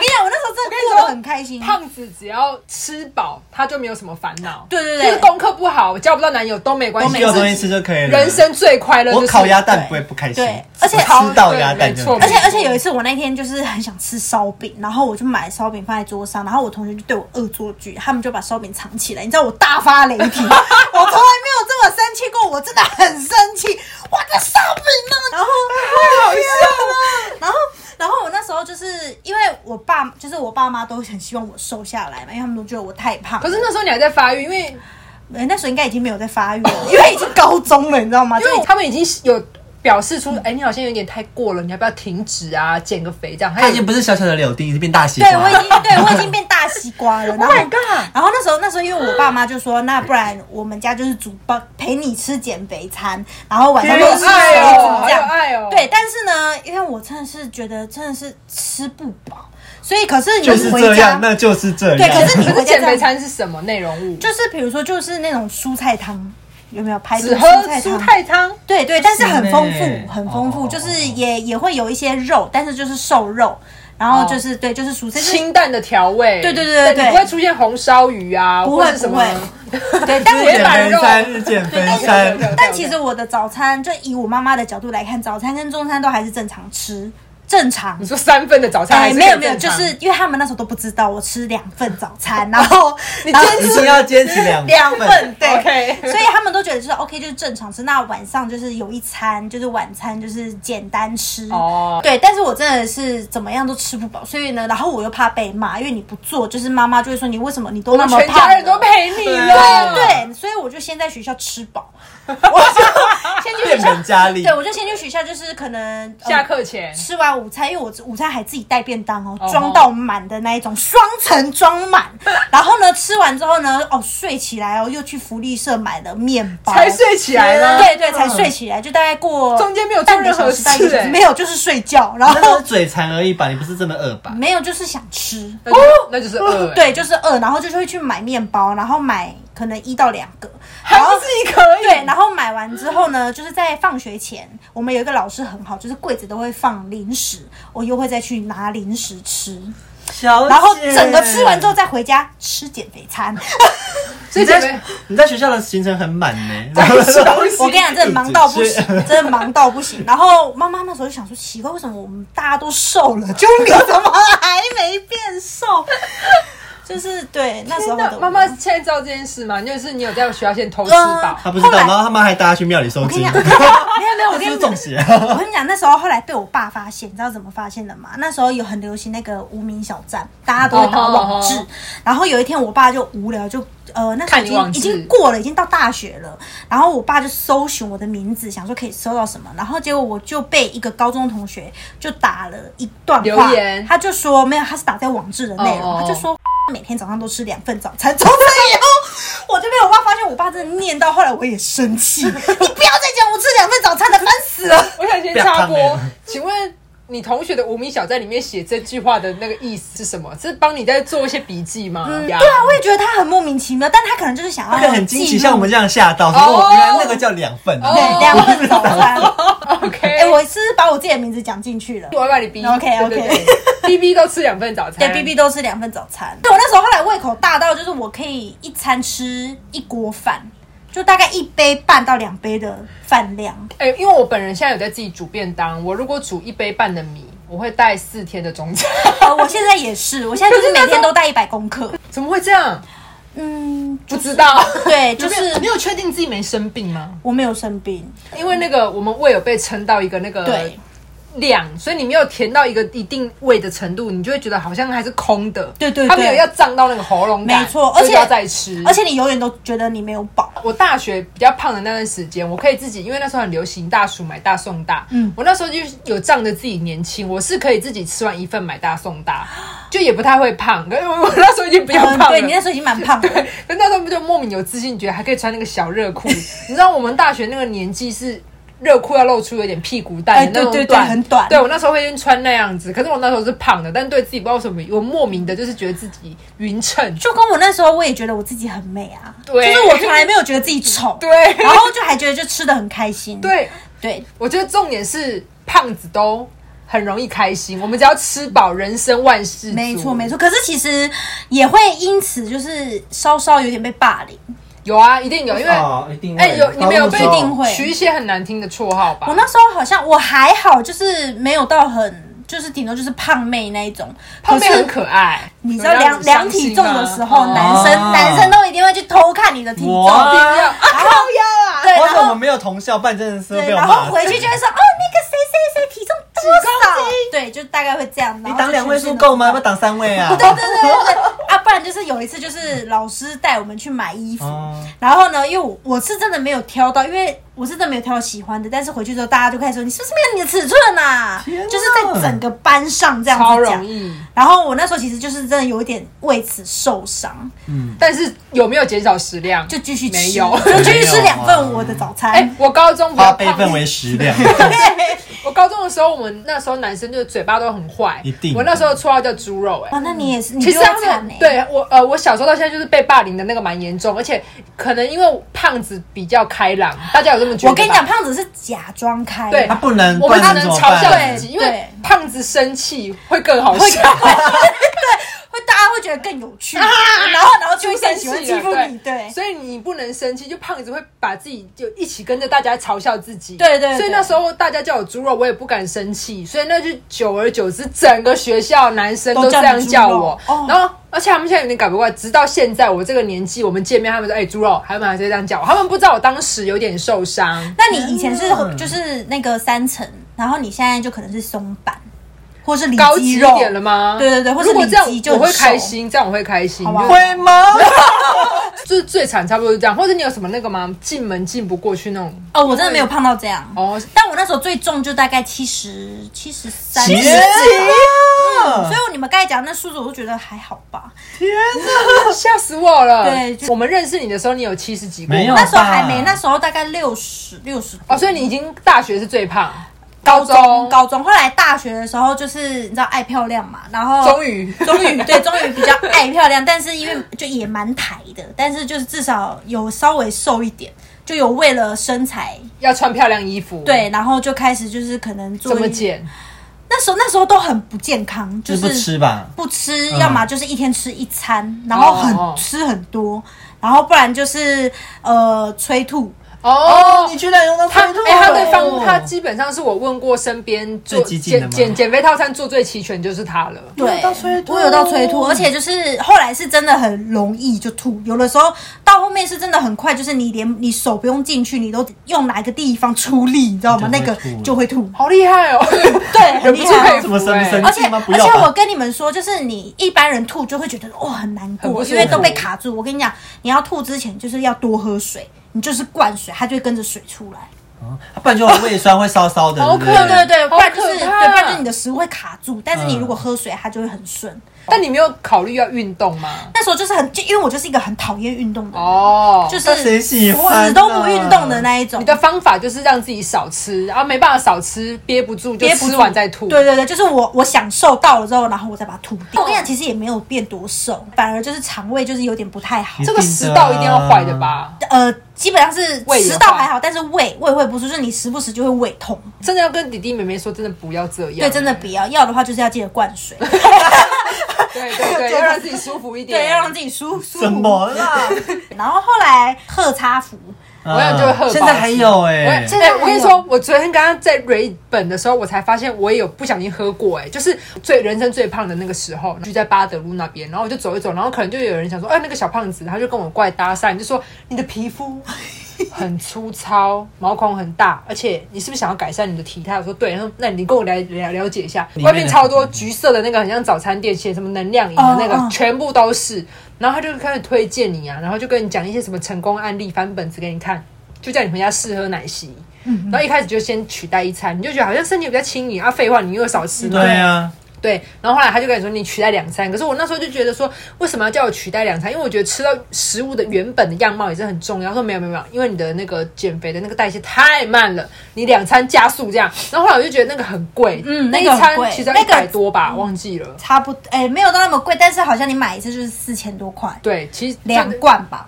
[SPEAKER 3] 你讲，我那时候真的过得很开心，
[SPEAKER 1] 胖子只要吃饱，他就没有什么烦恼。
[SPEAKER 3] 对对
[SPEAKER 1] 就是
[SPEAKER 3] 对，
[SPEAKER 1] 功课不好，交不到男友都没关系，
[SPEAKER 2] 有东西吃就可以了。
[SPEAKER 1] 人生最快乐、就是。
[SPEAKER 2] 我烤鸭蛋不会不开心，
[SPEAKER 3] 对而且
[SPEAKER 2] 吃到鸭蛋
[SPEAKER 1] 对
[SPEAKER 2] 就
[SPEAKER 1] 没错
[SPEAKER 3] 而且而且有一次，我那天就是很想吃烧饼，然后我就买烧饼放在桌上，然后我同学就对我恶作剧，他们就把烧饼藏起来。你知道我大发 雷霆，我从来没有这么生气过，我真的很生气，我的烧饼呢？ 然后太好笑了，啊 然后。然后我那时候就是因为我爸，就是我爸妈都很希望我瘦下来嘛，因为他们都觉得我太胖。
[SPEAKER 1] 可是那时候你还在发育，因为
[SPEAKER 3] 呃那时候应该已经没有在发育了，因为已经高中了，你知道吗？
[SPEAKER 1] 因
[SPEAKER 3] 就
[SPEAKER 1] 为他们已经有表示出，哎、你好像有点太过了，你要不要停止啊，减个肥这样？
[SPEAKER 2] 它
[SPEAKER 1] 他
[SPEAKER 2] 已经不是小小的柳丁，已经变大西瓜。
[SPEAKER 3] 对，我已 经对我已经变大西瓜了。然后
[SPEAKER 1] Oh my god
[SPEAKER 3] 然后那时候那时候，因为我爸妈就说，那不然我们家就是煮帮陪你吃减肥餐，然后晚上
[SPEAKER 1] 好有
[SPEAKER 3] 就吃水
[SPEAKER 1] 爱哦
[SPEAKER 3] 煮这样。
[SPEAKER 1] 好有爱哦
[SPEAKER 3] 对，但是呢，因为我真的是觉得真的是吃不饱，所以可是你
[SPEAKER 2] 就是
[SPEAKER 3] 回
[SPEAKER 2] 这
[SPEAKER 3] 家
[SPEAKER 2] 样，，那就是这样。
[SPEAKER 3] 对可是你
[SPEAKER 1] 可是
[SPEAKER 3] 回家
[SPEAKER 1] 减
[SPEAKER 3] 这
[SPEAKER 1] 肥
[SPEAKER 3] 样
[SPEAKER 1] 餐是什么内容物？
[SPEAKER 3] 就是比如说就是那种蔬菜汤，有没有排毒
[SPEAKER 1] 只喝蔬菜汤。
[SPEAKER 3] 对对，但是很丰
[SPEAKER 2] 是呢
[SPEAKER 3] 富，很丰富，
[SPEAKER 2] 哦
[SPEAKER 3] 就是也也会有一些肉，但是就是瘦肉，然后
[SPEAKER 1] 哦
[SPEAKER 3] 就是对，就是蔬菜，就是
[SPEAKER 1] 清淡的调味，
[SPEAKER 3] 对对对对对
[SPEAKER 1] 你不会出现红烧鱼啊，
[SPEAKER 3] 不会
[SPEAKER 1] 或是什么
[SPEAKER 3] 不会对，但
[SPEAKER 2] 日
[SPEAKER 3] 我
[SPEAKER 1] 铁板
[SPEAKER 3] 觉
[SPEAKER 2] 减肥
[SPEAKER 3] 得。
[SPEAKER 2] 餐，日减肥
[SPEAKER 1] 对对对
[SPEAKER 2] 餐，
[SPEAKER 3] 但其实我的早餐，就以我妈妈的角度来看，早餐跟中餐都还是正常吃，正常
[SPEAKER 1] 你。说三份的早餐嗯还
[SPEAKER 3] 哎，
[SPEAKER 1] 是
[SPEAKER 3] 没有
[SPEAKER 1] 可以
[SPEAKER 3] 没有，
[SPEAKER 1] 正
[SPEAKER 3] 就
[SPEAKER 1] 常
[SPEAKER 3] 是因为他们那时候都不知道我吃两份早 餐，然后
[SPEAKER 1] 你
[SPEAKER 3] 然后
[SPEAKER 1] 坚
[SPEAKER 2] 一定要坚持两
[SPEAKER 3] 两份，对
[SPEAKER 1] OK
[SPEAKER 3] 所以他们都觉得就是 OK，就是正常吃。那晚上就是有一餐，就是晚餐就是简单吃。
[SPEAKER 1] 哦
[SPEAKER 3] 对，但是我真的是怎么样都吃不饱，所以呢，然后我又怕被骂，因为你不做，就是妈妈就会说你为什么你都
[SPEAKER 1] 我
[SPEAKER 3] 那
[SPEAKER 1] 们
[SPEAKER 3] 么
[SPEAKER 1] 全
[SPEAKER 3] 胖
[SPEAKER 1] 家
[SPEAKER 3] 了，
[SPEAKER 1] 人都陪你了，
[SPEAKER 3] 对，所以我就先在学校吃饱，我就先去
[SPEAKER 2] 变
[SPEAKER 3] 学校
[SPEAKER 2] 本。加厉
[SPEAKER 3] 对，。我就先去学校，就是可能呃
[SPEAKER 1] 下课前
[SPEAKER 3] 吃完午餐，因为我午餐还自己带便当哦
[SPEAKER 1] 哦，
[SPEAKER 3] 装到满的那一种，双层装满。 然后呢，吃完之后呢，哦，睡起来哦，又去福利社买了面包，
[SPEAKER 1] 才睡起来呢。
[SPEAKER 3] 对对，才睡起来，就大概过
[SPEAKER 1] 中间没有做
[SPEAKER 3] 半个
[SPEAKER 1] 任何
[SPEAKER 3] 小时到一个
[SPEAKER 1] 事
[SPEAKER 3] 小时
[SPEAKER 1] 欸
[SPEAKER 3] 没有，就是睡 觉，然
[SPEAKER 2] 那都
[SPEAKER 3] 后
[SPEAKER 2] 是嘴馋而已吧，你不是真的饿吧？
[SPEAKER 3] 没有就是想吃，
[SPEAKER 1] 那就那就是饿、欸，，
[SPEAKER 3] 哦对，就是饿，然后就是会去买面包，然后买可能一到两个，
[SPEAKER 1] 还
[SPEAKER 3] 然后
[SPEAKER 1] 不。是你可以
[SPEAKER 3] 对，然后买完之后呢，就是在放学前，我们有一个老师很好，就是柜子都会放零食，我又会再去拿零食吃，
[SPEAKER 2] 小姐
[SPEAKER 3] 然后整个吃完之后，再回家吃减肥餐。
[SPEAKER 2] 你
[SPEAKER 1] 所以姐妹
[SPEAKER 2] 在你在学校的行程很满呢。
[SPEAKER 1] 吃东
[SPEAKER 3] 我
[SPEAKER 1] 西。
[SPEAKER 3] 跟你讲，真的忙到不行，真的忙到不行。然后妈妈那时候就想说，奇怪，为什么我们大家都瘦了，就你怎么还没变瘦？就是对那时候的我
[SPEAKER 1] 妈妈现在知道这件事吗？就是你有在学校先偷吃
[SPEAKER 3] 嗯
[SPEAKER 1] 饱，
[SPEAKER 2] 他不知道，
[SPEAKER 3] 后来
[SPEAKER 2] 然后他妈还带他去庙里收
[SPEAKER 3] 我跟你
[SPEAKER 2] 金，
[SPEAKER 3] 讲，没有没有，
[SPEAKER 2] 这
[SPEAKER 3] 我跟
[SPEAKER 2] 是
[SPEAKER 3] 你讲
[SPEAKER 2] 中。邪啊。
[SPEAKER 3] 我跟你讲，那时候后来被我爸发现，你知道怎么发现的吗？那时候有很流行那个无名小站，大家都会打网志。
[SPEAKER 1] 哦哦
[SPEAKER 3] 然后有一天，我爸就无聊，就呃，那时候
[SPEAKER 1] 看
[SPEAKER 3] 已
[SPEAKER 1] 你
[SPEAKER 3] 经
[SPEAKER 1] 网
[SPEAKER 3] 已
[SPEAKER 1] 志
[SPEAKER 3] 经过了，已经到大学了。然后我爸就搜寻我的名字，想说可以搜到什么。然后结果我就被一个高中同学就打了一段话
[SPEAKER 1] 留言，
[SPEAKER 3] 他就说没有，他是打在网志的内容，
[SPEAKER 1] 哦哦哦
[SPEAKER 3] 他就说。每天早上都吃两份早餐，从此以后我就被我爸发现，我爸真的念到后来我也 生气，你不要再讲我吃两份早餐了，烦死了。
[SPEAKER 1] 我想先插
[SPEAKER 2] 不要看
[SPEAKER 1] 播
[SPEAKER 2] 欸，
[SPEAKER 1] 请问你同学的无名小站里面写这句话的那个意思是什么？是帮你在做一些笔记吗？
[SPEAKER 3] 嗯，对
[SPEAKER 1] 呀
[SPEAKER 3] 啊，我也觉得他很莫名其妙，但他可能就是想
[SPEAKER 2] 他可
[SPEAKER 3] 要
[SPEAKER 2] 能很惊
[SPEAKER 3] 记哦
[SPEAKER 2] 奇，
[SPEAKER 3] 录
[SPEAKER 2] 像我们这样吓到，说
[SPEAKER 1] 哦
[SPEAKER 2] 哦，原来那个叫两份啊。
[SPEAKER 3] 对两份早 餐。
[SPEAKER 1] OK，
[SPEAKER 3] 哎、我是把我自己的名字讲进去了。
[SPEAKER 1] 我要把你逼
[SPEAKER 3] OK，OK
[SPEAKER 1] 对对对逼逼都吃两份早餐，
[SPEAKER 3] 对，B B 都吃两份早餐。对我那时候后来胃口大到，就是我可以一餐吃一锅饭，就大概一杯半到两杯的饭量。
[SPEAKER 1] 哎、因为我本人现在有在自己煮便当，我如果煮一杯半的米，我会带四天的中餐，
[SPEAKER 3] 呃，我现在也是，我现在就是每天都带一百公克。
[SPEAKER 1] 怎么会这样？
[SPEAKER 3] 嗯，
[SPEAKER 1] 不知道，
[SPEAKER 3] 对，就
[SPEAKER 1] 你有没有你
[SPEAKER 3] 是
[SPEAKER 1] 有确定自己没生病吗？
[SPEAKER 3] 我没有生病，
[SPEAKER 1] 因为那个我们胃有被撑到一个那个
[SPEAKER 3] 对
[SPEAKER 1] 量，所以你没有填到一个一定胃的程度，你就会觉得好像还是空的。
[SPEAKER 3] 对对对
[SPEAKER 1] 它没有要胀到那个喉咙感，
[SPEAKER 3] 没错，
[SPEAKER 1] 所
[SPEAKER 3] 而
[SPEAKER 1] 以
[SPEAKER 3] 且
[SPEAKER 1] 要再吃，
[SPEAKER 3] 而且你永远都觉得你没有饱。
[SPEAKER 1] 我大学比较胖的那段时间，我可以自己，因为那时候很流行大薯买大送大，嗯，我那时候就是有仗着自己年轻，我是可以自己吃完一份买大送大，就也不太会胖，可是我我那时候已经比较胖
[SPEAKER 3] 嗯，
[SPEAKER 1] 了。
[SPEAKER 3] 对你那时候已经蛮胖的。
[SPEAKER 1] 可 那时候不就莫名有自信，觉得还可以穿那个小热 裤？你知道我们大学那个年纪是热裤要露出有点屁股蛋的
[SPEAKER 3] 哎
[SPEAKER 1] 那种
[SPEAKER 3] 对对对
[SPEAKER 1] 短，
[SPEAKER 3] 很短
[SPEAKER 1] 对我那时候会穿那样子，可是我那时候是胖的，但对自己不知道为什么，我莫名的就是觉得自己匀称。
[SPEAKER 3] 就跟我那时候，我也觉得我自己很美啊，
[SPEAKER 1] 对
[SPEAKER 3] 就是我从来没有觉得自己丑，
[SPEAKER 1] 对
[SPEAKER 3] 然后就还觉得就吃的很开心，
[SPEAKER 1] 对，
[SPEAKER 3] 对
[SPEAKER 1] 我觉得重点是胖子都很容易开心，我们只要吃饱，人生万事足
[SPEAKER 3] 没错没。错。可是其实也会因此就是稍稍有点被霸凌。
[SPEAKER 1] 有啊，一定有，因为
[SPEAKER 2] 哦，一定会
[SPEAKER 1] 哎、有你们有
[SPEAKER 2] 高中
[SPEAKER 1] 被
[SPEAKER 2] 的时候
[SPEAKER 3] 定会
[SPEAKER 1] 取一些很难听的绰号吧
[SPEAKER 3] 我？那时候好像我还好，就是没有到很，就是顶多就是胖妹那一种，
[SPEAKER 1] 胖妹
[SPEAKER 3] 可是
[SPEAKER 1] 很可爱，
[SPEAKER 3] 你知道量量体重
[SPEAKER 1] 啊
[SPEAKER 3] 的时候，
[SPEAKER 1] 男
[SPEAKER 3] 男生
[SPEAKER 2] 哦
[SPEAKER 3] 男生都一定会去偷看你的体重，
[SPEAKER 2] 哇
[SPEAKER 3] 对，
[SPEAKER 1] 要啊靠腰啊，
[SPEAKER 2] 而
[SPEAKER 3] 然
[SPEAKER 2] 且我
[SPEAKER 3] 后
[SPEAKER 2] 们没有同校，不然真的是会
[SPEAKER 3] 对，
[SPEAKER 2] 被我
[SPEAKER 3] 然
[SPEAKER 2] 骂
[SPEAKER 3] 后。回去就会说哦，那个谁谁谁体重多少？对，就大概会这样。
[SPEAKER 2] 你
[SPEAKER 3] 然后
[SPEAKER 2] 挡
[SPEAKER 3] 就
[SPEAKER 2] 两位
[SPEAKER 3] 全
[SPEAKER 2] 数
[SPEAKER 3] 身
[SPEAKER 2] 够吗？
[SPEAKER 3] 都
[SPEAKER 2] 要
[SPEAKER 3] 是
[SPEAKER 2] 不要挡三位啊？
[SPEAKER 3] 对对对对对啊！不然就是有一次，就是老师带我们去买衣服，
[SPEAKER 2] 哦
[SPEAKER 3] 然后呢，因为我我是真的没有挑到，因为我是真的没有挑到喜欢的，但是回去之后大家就开始说你是不是没有你的尺寸啊？
[SPEAKER 2] 天哪
[SPEAKER 3] 就是在整个班上这样
[SPEAKER 1] 超
[SPEAKER 3] 子
[SPEAKER 1] 容
[SPEAKER 3] 讲。
[SPEAKER 1] 易。
[SPEAKER 3] 然后我那时候其实就是真的有一点为此受伤，
[SPEAKER 1] 但是有没有减少食量？
[SPEAKER 3] 就嗯继续吃，
[SPEAKER 1] 没有
[SPEAKER 3] 就继续吃两
[SPEAKER 2] 没有啊
[SPEAKER 3] 份我的早餐。
[SPEAKER 1] 哎、我高中比
[SPEAKER 2] 八
[SPEAKER 1] 较
[SPEAKER 2] 倍分为
[SPEAKER 1] 胖，
[SPEAKER 2] 十两，
[SPEAKER 1] 我高中的时候，我们那时候男生就是嘴巴都很坏，
[SPEAKER 2] 一定的
[SPEAKER 1] 我那时候绰号叫猪肉、哎
[SPEAKER 3] 哇，。啊那你也哦是，你
[SPEAKER 1] 其
[SPEAKER 3] 比
[SPEAKER 1] 实
[SPEAKER 3] 我
[SPEAKER 1] 他
[SPEAKER 3] 惨
[SPEAKER 1] 们
[SPEAKER 3] 欸
[SPEAKER 1] 对我呃，我小时候到现在就是被霸凌的那个蛮严重，而且可能因为胖子比较开朗，大家有这么觉得？
[SPEAKER 3] 我跟你讲，，胖子是假装开，
[SPEAKER 1] 对
[SPEAKER 2] 他不能，不
[SPEAKER 1] 我们只
[SPEAKER 2] 然
[SPEAKER 1] 能
[SPEAKER 2] 怎么
[SPEAKER 1] 嘲笑
[SPEAKER 2] 办？
[SPEAKER 1] 自己，
[SPEAKER 3] 对
[SPEAKER 1] 因为
[SPEAKER 3] 对
[SPEAKER 1] 胖子生气会更好
[SPEAKER 3] 会
[SPEAKER 1] 笑。
[SPEAKER 3] 会大家会觉得更有趣，然后然后就会更喜欢欺负你，对。
[SPEAKER 1] 所以你不能生气，就胖子会把自己就一起跟着大家嘲笑自己。
[SPEAKER 3] 对对对
[SPEAKER 1] 所以那时候大家叫我猪肉，我也不敢生气，所以那就久而久之，整个学校男生
[SPEAKER 3] 都
[SPEAKER 1] 都这样叫
[SPEAKER 3] 叫
[SPEAKER 1] 我
[SPEAKER 3] 你。猪肉哦
[SPEAKER 1] 然后，而且他们现在有点改不过来，直到现在我这个年纪，我们见面他们说：“哎、猪肉。”他们还是这样叫我。他们不知道我当时有点受伤。
[SPEAKER 3] 那你以前是
[SPEAKER 2] 嗯
[SPEAKER 3] 就是那个三层，然后你现在就可能是松板，或是里
[SPEAKER 1] 高级
[SPEAKER 3] 肌
[SPEAKER 1] 一
[SPEAKER 3] 肉
[SPEAKER 1] 点了吗？
[SPEAKER 3] 对对对，或是
[SPEAKER 1] 如果
[SPEAKER 3] 里
[SPEAKER 1] 这样
[SPEAKER 3] 脊就
[SPEAKER 1] 我
[SPEAKER 3] 很
[SPEAKER 1] 会开
[SPEAKER 3] 瘦。
[SPEAKER 1] 心，这样我会开心。
[SPEAKER 3] 好吧
[SPEAKER 2] 会 吗？
[SPEAKER 1] 就是最惨差不多是这样，或者你有什么那个吗？进门进不过去那种
[SPEAKER 3] 哦，我真的没有胖到这样。
[SPEAKER 1] 哦，
[SPEAKER 3] 但我那时候最重就大概七十七十三，
[SPEAKER 2] 奇迹
[SPEAKER 3] 所以你们刚才讲那数字，我就觉得还好吧。
[SPEAKER 1] 吓死我了！
[SPEAKER 3] 对就
[SPEAKER 1] 我们认识你的时候，你有七十几过吗
[SPEAKER 2] 没有
[SPEAKER 3] 那时候还没，那时候大概六十六十
[SPEAKER 1] 哦，所以你已经大学是最胖，
[SPEAKER 3] 高
[SPEAKER 1] 中
[SPEAKER 3] 高中，后来大学的时候就是你知道爱漂亮嘛，然后
[SPEAKER 1] 终于
[SPEAKER 3] 终于对终于比较爱漂亮，但是因为就也蛮抬的，但是就是至少有稍微瘦一点，就有为了身材
[SPEAKER 1] 要穿漂亮衣服，，
[SPEAKER 3] 对，然后就开始就是可能做
[SPEAKER 1] 怎么
[SPEAKER 3] 一些
[SPEAKER 1] 减？
[SPEAKER 3] 那时候那时候都很不健康，就是
[SPEAKER 2] 不吃吧？
[SPEAKER 3] 不吃，
[SPEAKER 2] 嗯
[SPEAKER 3] 要么就是一天吃一餐，然后很、
[SPEAKER 1] 哦哦
[SPEAKER 3] 吃很多，然后不然就是呃催吐。
[SPEAKER 1] 哦。
[SPEAKER 2] 居然用到
[SPEAKER 1] 他
[SPEAKER 2] 推脱
[SPEAKER 1] 哎、他对方他基本上是我问过身边做
[SPEAKER 2] 最激进的
[SPEAKER 1] 减
[SPEAKER 2] 吗
[SPEAKER 1] 减减肥套餐做最齐全就是他了。
[SPEAKER 2] 你有到催吐
[SPEAKER 3] 我有到催吐，而且就是后来是真的很容易就吐，有的时候到后面是真的很快，就是你连你手不用进去，你都用哪一个地方出力，你知道
[SPEAKER 2] 就
[SPEAKER 3] 吗？那
[SPEAKER 2] 会
[SPEAKER 3] 个
[SPEAKER 2] 吐了
[SPEAKER 3] 就会吐。
[SPEAKER 1] 好厉害哦！
[SPEAKER 3] 对，很
[SPEAKER 1] 忍
[SPEAKER 3] 厉
[SPEAKER 1] 不住佩
[SPEAKER 3] 害。
[SPEAKER 1] 服
[SPEAKER 2] 这么生不
[SPEAKER 1] 哎
[SPEAKER 2] 生
[SPEAKER 3] 而且
[SPEAKER 2] 吗不
[SPEAKER 3] 而
[SPEAKER 2] 要
[SPEAKER 3] 且
[SPEAKER 2] 吧
[SPEAKER 3] 我跟你们说，就是你一般人吐就会觉得哇很难
[SPEAKER 1] 很不
[SPEAKER 3] 过，
[SPEAKER 1] 舒服
[SPEAKER 3] 因为都被卡住。我跟你讲，你要吐之前就是要多喝水，你就是灌水，它就会跟着水出来。
[SPEAKER 2] 他啊不然就有胃酸会烧烧的，
[SPEAKER 1] 好
[SPEAKER 2] 对不
[SPEAKER 1] 可
[SPEAKER 2] 对
[SPEAKER 3] 对对，
[SPEAKER 1] 好
[SPEAKER 3] 不然就是
[SPEAKER 1] 可
[SPEAKER 3] 对，
[SPEAKER 1] 怕
[SPEAKER 3] 不然就是你的食物会卡住，但是你
[SPEAKER 2] 嗯
[SPEAKER 3] 如果喝水，它就会很顺。
[SPEAKER 1] 但你没有考虑要运动吗？
[SPEAKER 3] 那时候就是很，就因为我就是一个很讨厌运动的人，
[SPEAKER 1] 哦，
[SPEAKER 3] 就是
[SPEAKER 2] 那谁喜欢啊
[SPEAKER 3] 死都不运动的那一种
[SPEAKER 1] 你。的方法就是让自己少吃，然后没办法少吃，憋不住就
[SPEAKER 3] 憋不住
[SPEAKER 1] 吃完再吐。
[SPEAKER 3] 对对对，就是我我享受到了之后，然后我再把它吐
[SPEAKER 2] 哦
[SPEAKER 3] 掉。我跟你讲，其实也没有变多瘦，反而就是肠胃就是有点不太好
[SPEAKER 2] 你。
[SPEAKER 1] 这个食道一定啊要坏的吧？
[SPEAKER 3] 呃，基本上是
[SPEAKER 1] 胃也
[SPEAKER 3] 食道
[SPEAKER 1] 坏
[SPEAKER 3] 还好，但是胃胃会不舒服，就是你时不时就会胃痛。
[SPEAKER 1] 真的要跟弟弟妹妹说，真的不要这样。
[SPEAKER 3] 对，真的不要，要的话就是要记得灌 水，
[SPEAKER 1] 对对 对，要让自己舒服一点。
[SPEAKER 3] 对，要让自己舒舒服。
[SPEAKER 2] 什么啦？
[SPEAKER 3] 然后后来喝茶服，
[SPEAKER 1] 我想就会喝饱
[SPEAKER 2] 啊现在还有哎、
[SPEAKER 1] 我
[SPEAKER 3] 真
[SPEAKER 1] 真
[SPEAKER 3] 的
[SPEAKER 1] 我跟你
[SPEAKER 3] 还
[SPEAKER 1] 说
[SPEAKER 3] 有，
[SPEAKER 1] 我昨天刚刚在瑞本的时候，我才发现我也有不小心喝过、哎，就是最人生最胖的那个时候，就在巴德路那边，然后我就走一走，然后可能就有人想说，哎、那个小胖子，他就跟我过来搭讪，就说你的皮 肤很粗糙，毛孔很大，而且你是不是想要改善你的体态？我说对，然后那你跟我来了了解一下，
[SPEAKER 2] 里面
[SPEAKER 1] 外
[SPEAKER 2] 的
[SPEAKER 1] 面超多橘色的那个，很像早餐店写什么能量饮的那个
[SPEAKER 3] 哦哦
[SPEAKER 1] 全部都是。然后他就开始推荐你啊，然后就跟你讲一些什么成功案例，翻本子给你看，就叫你回家试喝奶昔。
[SPEAKER 3] 嗯
[SPEAKER 1] 然后一开始就先取代一餐，你就觉得好像身体比较轻盈啊，废话你又少吃嘛。
[SPEAKER 2] 对啊，
[SPEAKER 1] 对，然后后来他就跟你说你取代两餐，可是我那时候就觉得说，为什么要叫我取代两餐？因为我觉得吃到食物的原本的样貌也是很重要。他说没有没有没有，因为你的那个减肥的那个代谢太慢了，你两餐加速这样。然后后来我就觉得那个很贵，
[SPEAKER 3] 嗯
[SPEAKER 1] 那
[SPEAKER 3] 那
[SPEAKER 1] 一
[SPEAKER 3] 个很
[SPEAKER 1] 餐
[SPEAKER 3] 贵嗯
[SPEAKER 1] 其实要
[SPEAKER 3] 那
[SPEAKER 1] 一
[SPEAKER 3] 个
[SPEAKER 1] 百多吧，忘记了。
[SPEAKER 3] 差不哎、没有到那么贵，但是好像你买一次就是四千多块，
[SPEAKER 1] 对，其实
[SPEAKER 3] 两罐吧。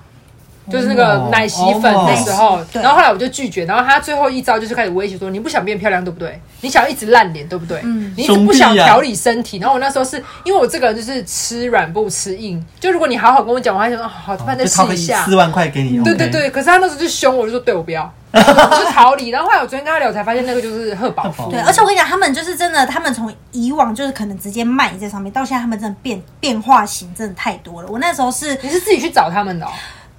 [SPEAKER 1] 就是那个奶昔粉的时候
[SPEAKER 3] 哦，对
[SPEAKER 1] 然后后来我就拒绝，然后他最后一招就是开始威胁说：“你不想变漂亮，对不对？你想一直烂脸，对不对？
[SPEAKER 3] 嗯
[SPEAKER 1] 你一直不想
[SPEAKER 2] 兄弟啊
[SPEAKER 1] 调理身体。”然后我那时候是因为我这个人就是吃软不吃硬，就如果你好好跟我讲，我还想说哦好，反
[SPEAKER 2] 就
[SPEAKER 1] 正
[SPEAKER 2] 掏
[SPEAKER 1] 试
[SPEAKER 2] 个
[SPEAKER 1] 一下
[SPEAKER 2] 四。万块给你，哎啊
[SPEAKER 1] 对
[SPEAKER 2] OK
[SPEAKER 1] 对，对，可是他那时候就凶我，就说：“对我不要。”我就逃离。然后后来我昨天跟他聊，才发现那个就是贺宝
[SPEAKER 2] 贺宝
[SPEAKER 1] 福
[SPEAKER 2] 福。
[SPEAKER 3] 对，而且我跟你讲，他们就是真的，他们从以往就是可能直接卖在上面，到现在他们真的变变化型真的太多了。我那时候是
[SPEAKER 1] 你是自己去找他们的哦？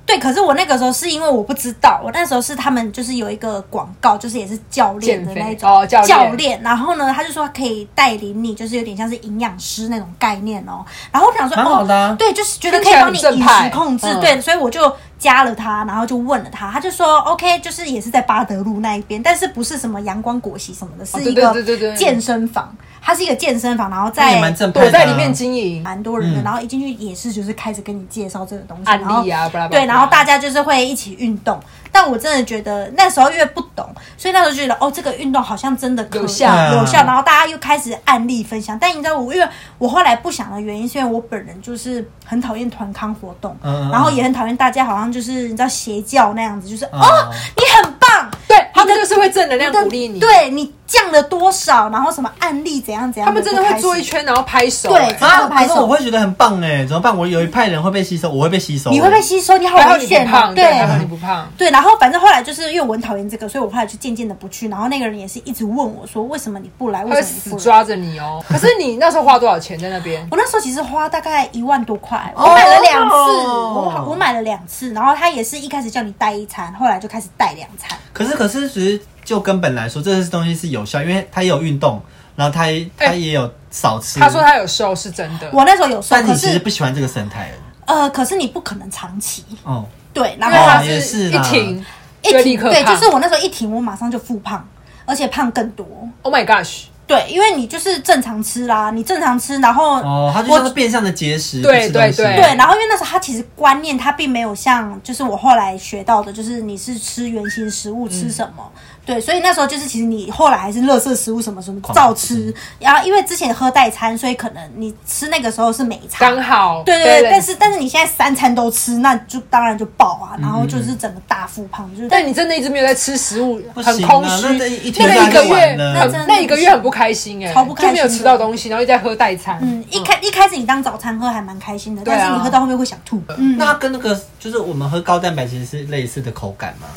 [SPEAKER 3] 对，可是我那个时候是因为我不知道，我那时候是他们就是有一个广告，就是也是教练的
[SPEAKER 1] 减肥
[SPEAKER 3] 那一种
[SPEAKER 1] 哦教练
[SPEAKER 3] 然后呢，他就说可以带领你，就是有点像是营养师那种概念哦。然后我想说，
[SPEAKER 2] 蛮好的啊
[SPEAKER 3] 哦，对，就是觉得
[SPEAKER 1] 听起
[SPEAKER 3] 可以
[SPEAKER 1] 来
[SPEAKER 3] 帮你
[SPEAKER 1] 很正
[SPEAKER 3] 饮
[SPEAKER 1] 派
[SPEAKER 3] 食控制，
[SPEAKER 1] 嗯
[SPEAKER 3] 对，所以我就加了他，然后就问了他，他就说 OK，就是也是在巴德路那一边，但是不是什么阳光果昔什么的，是
[SPEAKER 1] 对
[SPEAKER 3] 一
[SPEAKER 1] 哦对
[SPEAKER 3] 个
[SPEAKER 1] 对对对
[SPEAKER 3] 健身房，它是一个健身房，然后
[SPEAKER 2] 那
[SPEAKER 3] 在
[SPEAKER 2] 也蛮正派的、
[SPEAKER 1] 躲
[SPEAKER 2] 啊，
[SPEAKER 1] 在里面经营
[SPEAKER 3] 蛮多人的，
[SPEAKER 2] 嗯
[SPEAKER 3] 然后一进去也是就是开始跟你介绍这个东西，
[SPEAKER 1] 案
[SPEAKER 3] 然后
[SPEAKER 1] 例啊，巴拉巴拉
[SPEAKER 3] 对，然后大家就是会一起运动。但我真的觉得那时候因为不懂，所以那时候觉得哦，这个运动好像真的可
[SPEAKER 1] 有效
[SPEAKER 2] 嗯
[SPEAKER 3] 有效。然后大家又开始案例分享。但你知道我，因为我后来不想的原因，是因为我本人就是很讨厌团康活动，
[SPEAKER 2] 嗯嗯
[SPEAKER 3] 然后也很讨厌大家好像就是你知道邪教那样子，就是、
[SPEAKER 2] 嗯
[SPEAKER 3] 哦，你很棒，
[SPEAKER 1] 对他们就是会正能量
[SPEAKER 3] 你的
[SPEAKER 1] 鼓励你。
[SPEAKER 3] 对你降了多少，然后什么案例怎样怎样，
[SPEAKER 1] 他们真的会坐一
[SPEAKER 3] 圈。
[SPEAKER 1] 圈，然后拍手。
[SPEAKER 3] 对
[SPEAKER 1] 哎
[SPEAKER 2] 啊，可是我会觉得很棒哎，怎么办？我有一派人会被吸收，我会被吸收，
[SPEAKER 3] 你会被吸收，你好
[SPEAKER 1] 还好
[SPEAKER 3] 危
[SPEAKER 1] 你
[SPEAKER 3] 险
[SPEAKER 1] 不
[SPEAKER 3] 哦
[SPEAKER 1] 胖，。
[SPEAKER 3] 对，
[SPEAKER 1] 还好你不胖。
[SPEAKER 3] 对，然后反正后来就是因为我很讨厌这个，所以我后来就渐渐的不去。然后那个人也是一直问我说，为什么你不来？
[SPEAKER 1] 他
[SPEAKER 3] 为
[SPEAKER 1] 会
[SPEAKER 3] 什
[SPEAKER 1] 死
[SPEAKER 3] 么你不来？
[SPEAKER 1] 抓着你哦。 可是你那时候花多少钱在那边？
[SPEAKER 3] 我那时候其实花大概一万多块，我
[SPEAKER 2] 哦
[SPEAKER 3] 买了两次，我我买了两次，然后他也是一开始叫你带一餐，后来就开始带两餐。
[SPEAKER 2] 可是可是，其实就根本来说，这些东西是有效，因为它也有运动，然后他也他
[SPEAKER 1] 哎
[SPEAKER 2] 也有少吃。
[SPEAKER 1] 他哦说他有瘦是真的，
[SPEAKER 3] 我那时候有瘦，
[SPEAKER 2] 哦但
[SPEAKER 3] 可
[SPEAKER 2] 你其实
[SPEAKER 3] 是
[SPEAKER 2] 不喜欢这个生态
[SPEAKER 3] 呃，可是你不可能长期
[SPEAKER 2] 哦，
[SPEAKER 3] 对，然
[SPEAKER 1] 因为
[SPEAKER 3] 后
[SPEAKER 1] 他
[SPEAKER 2] 哦也是
[SPEAKER 1] 一
[SPEAKER 2] 啦
[SPEAKER 1] 停
[SPEAKER 3] 一
[SPEAKER 1] 就立
[SPEAKER 3] 停
[SPEAKER 1] 刻
[SPEAKER 3] 对，
[SPEAKER 1] 胖
[SPEAKER 3] 就是我那时候一停，我马上就复胖，而且胖更多。
[SPEAKER 1] ，Oh my gosh，
[SPEAKER 3] 对，因为你就是正常吃啦，你正常吃，然后
[SPEAKER 2] 哦，他就
[SPEAKER 3] 我
[SPEAKER 2] 像是变相的节食，
[SPEAKER 1] 对
[SPEAKER 2] 不吃东西
[SPEAKER 1] 对
[SPEAKER 3] 对，然后因为那时候他其实观念他并没有像就是我后来学到的，就是你是吃原型食物吃什么。
[SPEAKER 1] 嗯
[SPEAKER 3] 对，所以那时候就是，其实你后来还是垃圾食物什么什么
[SPEAKER 1] 嗯
[SPEAKER 2] 狂
[SPEAKER 3] 照
[SPEAKER 2] 吃
[SPEAKER 3] 吃，然后因为之前喝代餐，所以可能你吃那个时候是每餐
[SPEAKER 1] 刚好
[SPEAKER 3] 对对
[SPEAKER 1] balance
[SPEAKER 3] 对，但是但是你现在三餐都吃，那就当然就爆啊，
[SPEAKER 1] 嗯
[SPEAKER 3] 然后就是整个大腹胖，就是
[SPEAKER 1] 但你真的一直没有在吃食物，
[SPEAKER 2] 不
[SPEAKER 1] 很
[SPEAKER 2] 行啊
[SPEAKER 1] 空
[SPEAKER 2] 那
[SPEAKER 1] 虚。
[SPEAKER 2] 这一天
[SPEAKER 1] 那一个
[SPEAKER 2] 就完
[SPEAKER 1] 月
[SPEAKER 2] 了
[SPEAKER 3] 那真
[SPEAKER 1] 很
[SPEAKER 3] 的
[SPEAKER 1] 那一个月很不开心哎，
[SPEAKER 3] 超不开
[SPEAKER 1] 就
[SPEAKER 3] 心
[SPEAKER 1] 没有吃到东西，然后又在喝代餐。
[SPEAKER 3] 嗯，一开一开始你当早餐喝还蛮开心的，
[SPEAKER 1] 对啊
[SPEAKER 3] 但是你喝到后面会想吐。嗯，
[SPEAKER 2] 那它跟那个就是我们喝高蛋白其实是类似的口感嘛，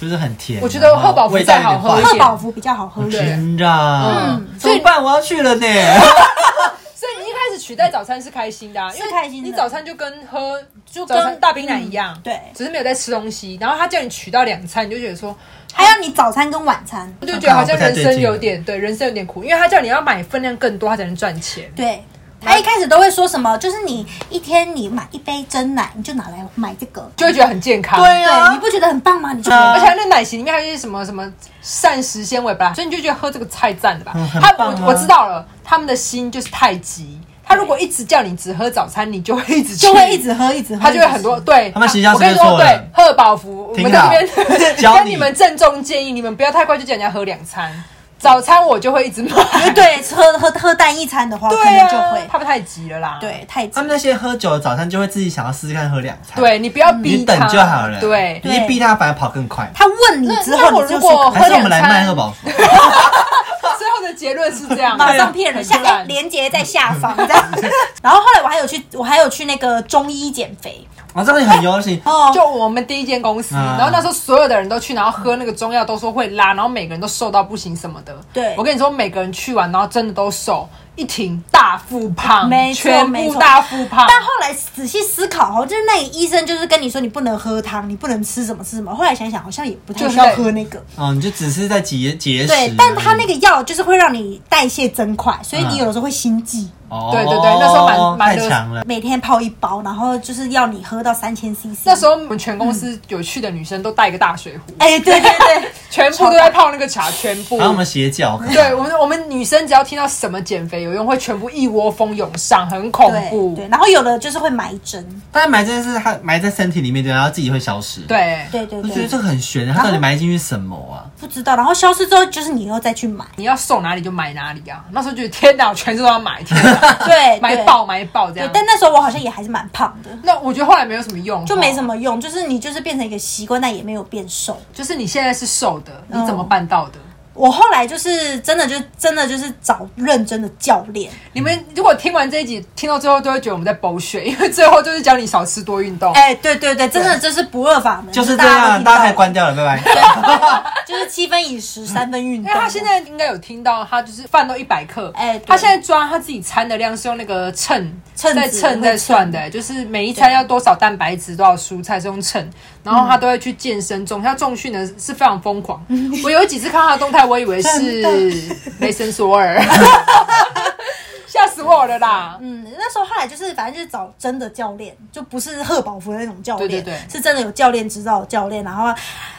[SPEAKER 2] 就是很甜。
[SPEAKER 1] 我觉得
[SPEAKER 2] 然后
[SPEAKER 1] 贺宝福
[SPEAKER 2] 味道
[SPEAKER 1] 再好喝
[SPEAKER 2] 有
[SPEAKER 1] 一
[SPEAKER 2] 点
[SPEAKER 1] 点
[SPEAKER 3] 喝饱福比较好喝一
[SPEAKER 1] 对
[SPEAKER 3] 点。
[SPEAKER 2] 真的啊，
[SPEAKER 1] 嗯
[SPEAKER 2] 怎么办？我要去了呢。
[SPEAKER 1] 所以你一开始取代早餐是开心的、啊，
[SPEAKER 3] 是
[SPEAKER 1] 因为
[SPEAKER 3] 开心的
[SPEAKER 1] 你早餐就跟喝就
[SPEAKER 3] 跟
[SPEAKER 1] 早餐大冰奶一样，
[SPEAKER 3] 嗯对
[SPEAKER 1] 只是没有在吃东西。然后他叫你取到两餐，你就觉得说，
[SPEAKER 3] 还有你早餐跟晚餐，
[SPEAKER 1] 我就觉得好像人
[SPEAKER 2] 不太对
[SPEAKER 1] 生
[SPEAKER 2] 劲
[SPEAKER 1] 有点对人生有点苦，因为他叫你要买分量更多，他才能赚钱。
[SPEAKER 3] 对。他一开始都会说什么，就是你一天你买一杯真奶，你就拿来买这个，
[SPEAKER 1] 就会觉得很健康。
[SPEAKER 2] 对啊
[SPEAKER 3] 对，你不觉得很棒吗？你就
[SPEAKER 1] 而
[SPEAKER 2] 啊
[SPEAKER 1] 且它那奶昔里面还有一些什么什么膳食纤维吧，所以你就觉得喝这个太赞了吧。
[SPEAKER 2] 嗯很
[SPEAKER 1] 他
[SPEAKER 2] 棒啊
[SPEAKER 1] 我我知道了，他们的心就是太急。他如果一直叫你只喝早餐，你就会一直去
[SPEAKER 3] 就会一，直喝，一直喝，
[SPEAKER 1] 他就会很多对。啊
[SPEAKER 2] 他们形象
[SPEAKER 1] 我跟你
[SPEAKER 2] 是不是
[SPEAKER 1] 说，
[SPEAKER 2] 错
[SPEAKER 1] 对
[SPEAKER 2] 了
[SPEAKER 1] 贺宝福，我
[SPEAKER 2] 挺
[SPEAKER 1] 们在
[SPEAKER 2] 好
[SPEAKER 1] 这边
[SPEAKER 2] 教
[SPEAKER 1] 跟
[SPEAKER 2] 你
[SPEAKER 1] 你们郑重建议，你们不要太快就叫人家喝两餐，早餐我就会一直买。
[SPEAKER 3] 一直喝，对，喝喝喝淡一餐的话，可
[SPEAKER 1] 对
[SPEAKER 3] 能就
[SPEAKER 1] 啊，
[SPEAKER 3] 会
[SPEAKER 1] 他们太急了啦。
[SPEAKER 3] 对太急
[SPEAKER 2] 他。们那些喝酒的早餐就会自己想要试试看喝两餐，，
[SPEAKER 1] 对，你不要逼
[SPEAKER 2] 你
[SPEAKER 1] 他，
[SPEAKER 2] 等就好了。
[SPEAKER 1] 对，
[SPEAKER 2] 你一逼他反而跑更快。
[SPEAKER 3] 他问你之
[SPEAKER 1] 那那
[SPEAKER 3] 后，
[SPEAKER 1] 我
[SPEAKER 3] 你就
[SPEAKER 1] 如果
[SPEAKER 3] 说
[SPEAKER 1] 喝
[SPEAKER 2] 还是我们来
[SPEAKER 1] 两餐
[SPEAKER 2] 卖贺宝福？
[SPEAKER 1] 最后的结论是这样，
[SPEAKER 3] 马上骗人，下
[SPEAKER 1] 很突然
[SPEAKER 3] 哎连接在下方这 样。然后后来我还有去，我还有去那个中医减肥
[SPEAKER 2] 我这个很流 行，
[SPEAKER 3] 哦，
[SPEAKER 1] 就我们第一间公司，
[SPEAKER 2] 嗯
[SPEAKER 1] 然后那时候所有的人都去，然后喝那个中药，都说会拉，然后每个人都瘦到不行什么的。
[SPEAKER 3] 对
[SPEAKER 1] 我跟你说，每个人去完，然后真的都瘦，一停大腹胖，
[SPEAKER 3] 没错
[SPEAKER 1] 全
[SPEAKER 3] 没
[SPEAKER 1] 部
[SPEAKER 3] 错
[SPEAKER 1] 大腹胖。
[SPEAKER 3] 但后来仔细思考哦，就是那个医生就是跟你说你不能喝汤，你不能吃什么吃什么。后来想想好像也不太需要喝那个。
[SPEAKER 2] 哦，你就只是在节节食而已。
[SPEAKER 3] 对，但他那个药就是会让你代谢增快，所以你有的时候会心悸。
[SPEAKER 2] 哦，
[SPEAKER 1] 对对对那时候蛮嗯蛮
[SPEAKER 2] 太强了。
[SPEAKER 3] 每天泡一包，然后就是要你喝到三千 CC。
[SPEAKER 1] 那时候我们全公
[SPEAKER 3] 嗯
[SPEAKER 1] 司有去的女生都带一个大水壶，
[SPEAKER 3] 哎、对对对，
[SPEAKER 1] 全部都在泡那个茶，全部
[SPEAKER 2] 然。后我们邪教，可能
[SPEAKER 1] 对我们，我们女生只要听到什么减肥有用，会全部一窝蜂涌上，很恐
[SPEAKER 3] 对
[SPEAKER 1] 怖。
[SPEAKER 3] 对，然后有的就是会埋针，
[SPEAKER 2] 但埋真的是它埋在身体里面的，然后自己会消失。，
[SPEAKER 1] 对，
[SPEAKER 3] 对对
[SPEAKER 2] 我觉得
[SPEAKER 3] 对，
[SPEAKER 2] 这个很悬，它到底埋进去什么啊？
[SPEAKER 3] 不知道。然后消失之后，就是你又再去买，
[SPEAKER 1] 你要瘦哪里就买哪里啊！那时候觉得天哪，我全身都要买，天哪，
[SPEAKER 3] 对，
[SPEAKER 1] 买
[SPEAKER 3] 对
[SPEAKER 1] 爆。买爆这
[SPEAKER 3] 对
[SPEAKER 1] 样，。
[SPEAKER 3] 但那时候我好像也还是蛮胖的，
[SPEAKER 1] 那我觉得后来没有什么用，
[SPEAKER 3] 就没
[SPEAKER 1] 么。
[SPEAKER 3] 什么用，就是你就是变成一个习惯，但也没有变瘦。
[SPEAKER 1] 就是你现在是瘦的，你
[SPEAKER 3] 嗯
[SPEAKER 1] 怎么办到的？
[SPEAKER 3] 我后来就是真的就真的就是找认真的教练，
[SPEAKER 1] 你们如果听完这一集，听到最后都会觉得我们在剥削，因为最后就是讲你少吃多运动。
[SPEAKER 3] 哎、对对对，真的这是不二法
[SPEAKER 1] 嗯
[SPEAKER 3] 门，
[SPEAKER 2] 就是这
[SPEAKER 3] 大家都
[SPEAKER 2] 样，
[SPEAKER 3] 听到
[SPEAKER 2] 大家可以关掉了，拜 拜。
[SPEAKER 3] 就是七分饮食，三分运
[SPEAKER 1] 因
[SPEAKER 3] 动。
[SPEAKER 1] 为他现在应该有听到，他就是饭都一百克，
[SPEAKER 3] 哎对
[SPEAKER 1] 他现在抓他自己餐的量是用那个秤，
[SPEAKER 3] 秤
[SPEAKER 1] 在
[SPEAKER 3] 子
[SPEAKER 1] 秤在算的、
[SPEAKER 3] 会
[SPEAKER 1] 就是每一餐要多少蛋白质、多少蔬菜是用秤，然后他都会去健身重，他重训呢是非常疯狂。
[SPEAKER 3] 嗯
[SPEAKER 1] 我有几次看他的动态，我以为是雷神索尔， 吓死我了啦！
[SPEAKER 3] 嗯，那时候后来就是反正就是找真的教练，就不是贺宝福的那种教练，
[SPEAKER 1] 对对对
[SPEAKER 3] 是真的有教练指导的教练。然后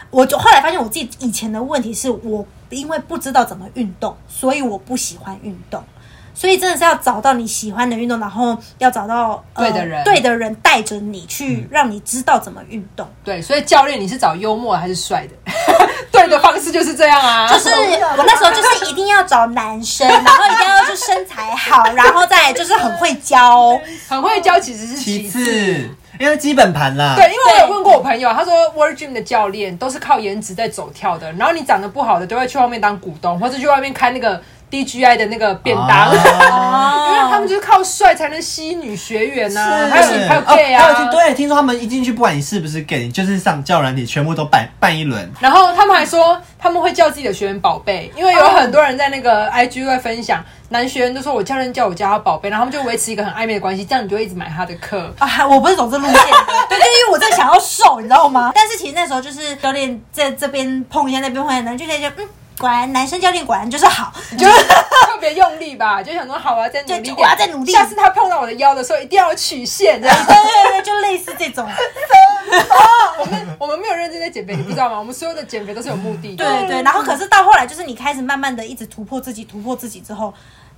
[SPEAKER 3] 我就后来发现我自己以前的问题是我因为不知道怎么运动，所以我不喜欢运动。所以真的是要找到你喜欢的运动，然后要找到、呃
[SPEAKER 1] 对的人
[SPEAKER 3] 对的人带着你去，让你知道怎么运 动。
[SPEAKER 1] 对，所以教练你是找幽默还是帅的？ 对的方式就是这样啊，
[SPEAKER 3] 就是我那时候就是一定要找男生，然后一定要就身材好，然后再来就是很会教。
[SPEAKER 1] 很会教，其实是
[SPEAKER 2] 其
[SPEAKER 1] 其
[SPEAKER 2] 次
[SPEAKER 1] 次。，
[SPEAKER 2] 因为基本盘啦。
[SPEAKER 1] 对，因为我有问过我朋友，他说 World Gym 的教练都是靠颜值在走跳的，然后你长得不好的都会去外面当股东，或者去外面开那个 DGI 的那个便当，
[SPEAKER 2] 哦
[SPEAKER 1] 因为他们就是靠帅才能吸引女学员
[SPEAKER 3] 啊
[SPEAKER 1] 呐、
[SPEAKER 2] 是
[SPEAKER 1] 还有还有
[SPEAKER 2] 哦
[SPEAKER 1] gay
[SPEAKER 2] 还有听
[SPEAKER 1] 啊。
[SPEAKER 2] 对，听说他们一进去，不管你是不是 gay，就是上教软体，全部都办办一轮。
[SPEAKER 1] 然后他们还说，他们会叫自己的学员宝贝，因为有很多人在那个 IG 会分享，男学员都说我教练叫我叫他宝贝，然后他们就维持一个很暧昧的关系，这样你就会一直买他的课。
[SPEAKER 3] 啊，我不是走这路 线的，对，就是因为我真的想要瘦，你知道吗？但是其实那时候就是教练在这边碰一下，那边碰一下，然后就在觉得嗯，果然男生教练果然就是好，
[SPEAKER 1] 就是特别用力吧，就想说好啊，再努力一
[SPEAKER 3] 就
[SPEAKER 1] 点，
[SPEAKER 3] 就我要再努力
[SPEAKER 1] 下次他碰到我的腰的时候，一定要有曲线这样
[SPEAKER 3] 对对对，就类似这种。
[SPEAKER 1] 我们我们没有认真在减肥，你不知道吗？我们所有的减肥都是有目的的。
[SPEAKER 3] 对对，嗯然后可是到后来，就是你开始慢慢的一直突破自己，突破自己之后，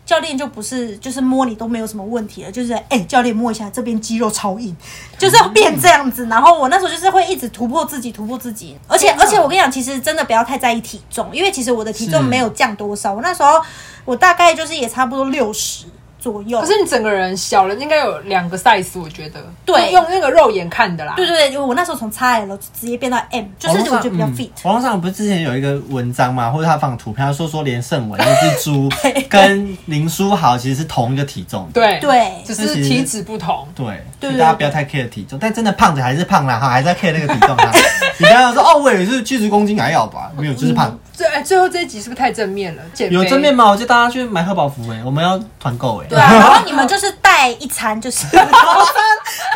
[SPEAKER 3] 教练就不是就是摸你都没有什么问题了，就是哎、教练摸一下这边肌肉超 硬，就是要变这样子。然后我那时候就是会一直突破自己，突破自己。而且而且我跟你讲，其实真的不要太在意体重，因为其实我的体重
[SPEAKER 2] 是
[SPEAKER 3] 没有降多少，我那时候我大概就是也差不多六十左右。
[SPEAKER 1] 可是你整个人小了，应该有两个 size，我觉得。
[SPEAKER 3] 对
[SPEAKER 1] 用那个肉眼看的啦。
[SPEAKER 3] 对对对，就我那时候从 XL 直接变到 M，就是哦嗯我觉得比较 fit。
[SPEAKER 2] 网络上不是之前有一个文章嘛，或者他放图片，他说说连胜 文那只猪跟林书豪其实是同一个体重。
[SPEAKER 1] 对
[SPEAKER 3] 对
[SPEAKER 1] 只是体脂不同。
[SPEAKER 2] 对，
[SPEAKER 3] 对
[SPEAKER 2] 所以大家不要太 care 体重，但真的胖子还是胖啦哈，还是要 care 那个体 重哈。啊你不要说哦，我也是七十公斤还要吧，没有，就是
[SPEAKER 3] 嗯
[SPEAKER 2] 胖。
[SPEAKER 1] 最哎最后这一集是不是太正面了？减肥
[SPEAKER 2] 有正面吗？我叫大家去买贺宝福哎，我们要团购哎。
[SPEAKER 3] 对啊，然后你们就是带一餐 就是。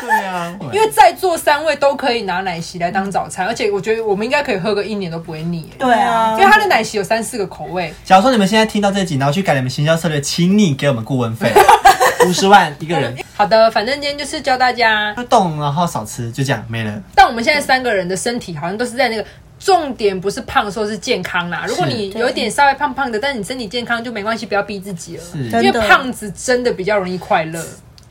[SPEAKER 2] 对啊，
[SPEAKER 1] 因为在座三位都可以拿奶昔来当早餐，而且我觉得我们应该可以喝个一年都不会腻。
[SPEAKER 3] 对啊
[SPEAKER 1] 因为它的奶昔有三四个口味，
[SPEAKER 2] 假如说你们现在听到这集，然后去改你们行销策略，请你给我们顾问费五十万一个人，
[SPEAKER 1] 好的，反正今天就是教大家。
[SPEAKER 2] 就动然后少吃，就这样没了。
[SPEAKER 1] 但我们现在三个人的身体好像都是在那个重点，不是胖瘦，是健康啦。如果你有一点稍微胖胖的，但你身体健康就没关系，不要逼自己了。
[SPEAKER 2] 是
[SPEAKER 1] 因为
[SPEAKER 3] 真的
[SPEAKER 1] 胖子真的比较容易快乐，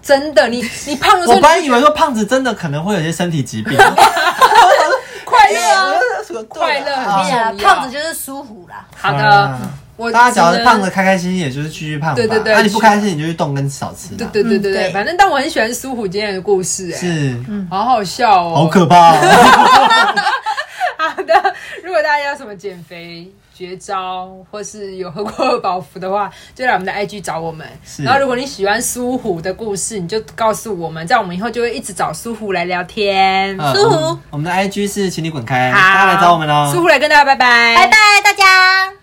[SPEAKER 1] 真的，你你胖的时
[SPEAKER 2] 我
[SPEAKER 1] 候
[SPEAKER 2] 本来以为说胖子真的可能会有些身体疾病，哎
[SPEAKER 1] 你快乐啊。快
[SPEAKER 2] 快
[SPEAKER 1] 乐
[SPEAKER 3] 我跟你
[SPEAKER 1] 啊
[SPEAKER 3] 讲，胖子就是舒服啦。
[SPEAKER 1] 好的，我
[SPEAKER 2] 大家只要
[SPEAKER 1] 只
[SPEAKER 2] 是
[SPEAKER 1] 能
[SPEAKER 2] 胖的开开心心，也就是继续胖吧。啊
[SPEAKER 1] 对对对
[SPEAKER 2] 那、你不开心，你就去动跟少吃
[SPEAKER 1] 对
[SPEAKER 2] 啦。
[SPEAKER 1] 对对对
[SPEAKER 3] 嗯
[SPEAKER 1] 对，
[SPEAKER 3] 对
[SPEAKER 1] 反正但我很喜欢苏虎今天的故事、哎，
[SPEAKER 2] 是，
[SPEAKER 1] 好好笑哦。
[SPEAKER 2] 好可怕、哦。
[SPEAKER 1] 好的，如果大家有什么减肥绝招，或是有喝过宝福的话，就来我们的 IG 找我们。
[SPEAKER 2] 是
[SPEAKER 1] 然后，如果你喜欢苏虎的故事，你就告诉我们，这样我们以后就会一直找苏虎来聊天。
[SPEAKER 2] 呃
[SPEAKER 3] 舒
[SPEAKER 2] 我
[SPEAKER 3] 服
[SPEAKER 2] 们我们的 IG 是，请你滚开，
[SPEAKER 1] 好，
[SPEAKER 2] 大家来找我们哦。
[SPEAKER 1] 苏虎来跟大家拜拜，
[SPEAKER 3] 拜拜，大家。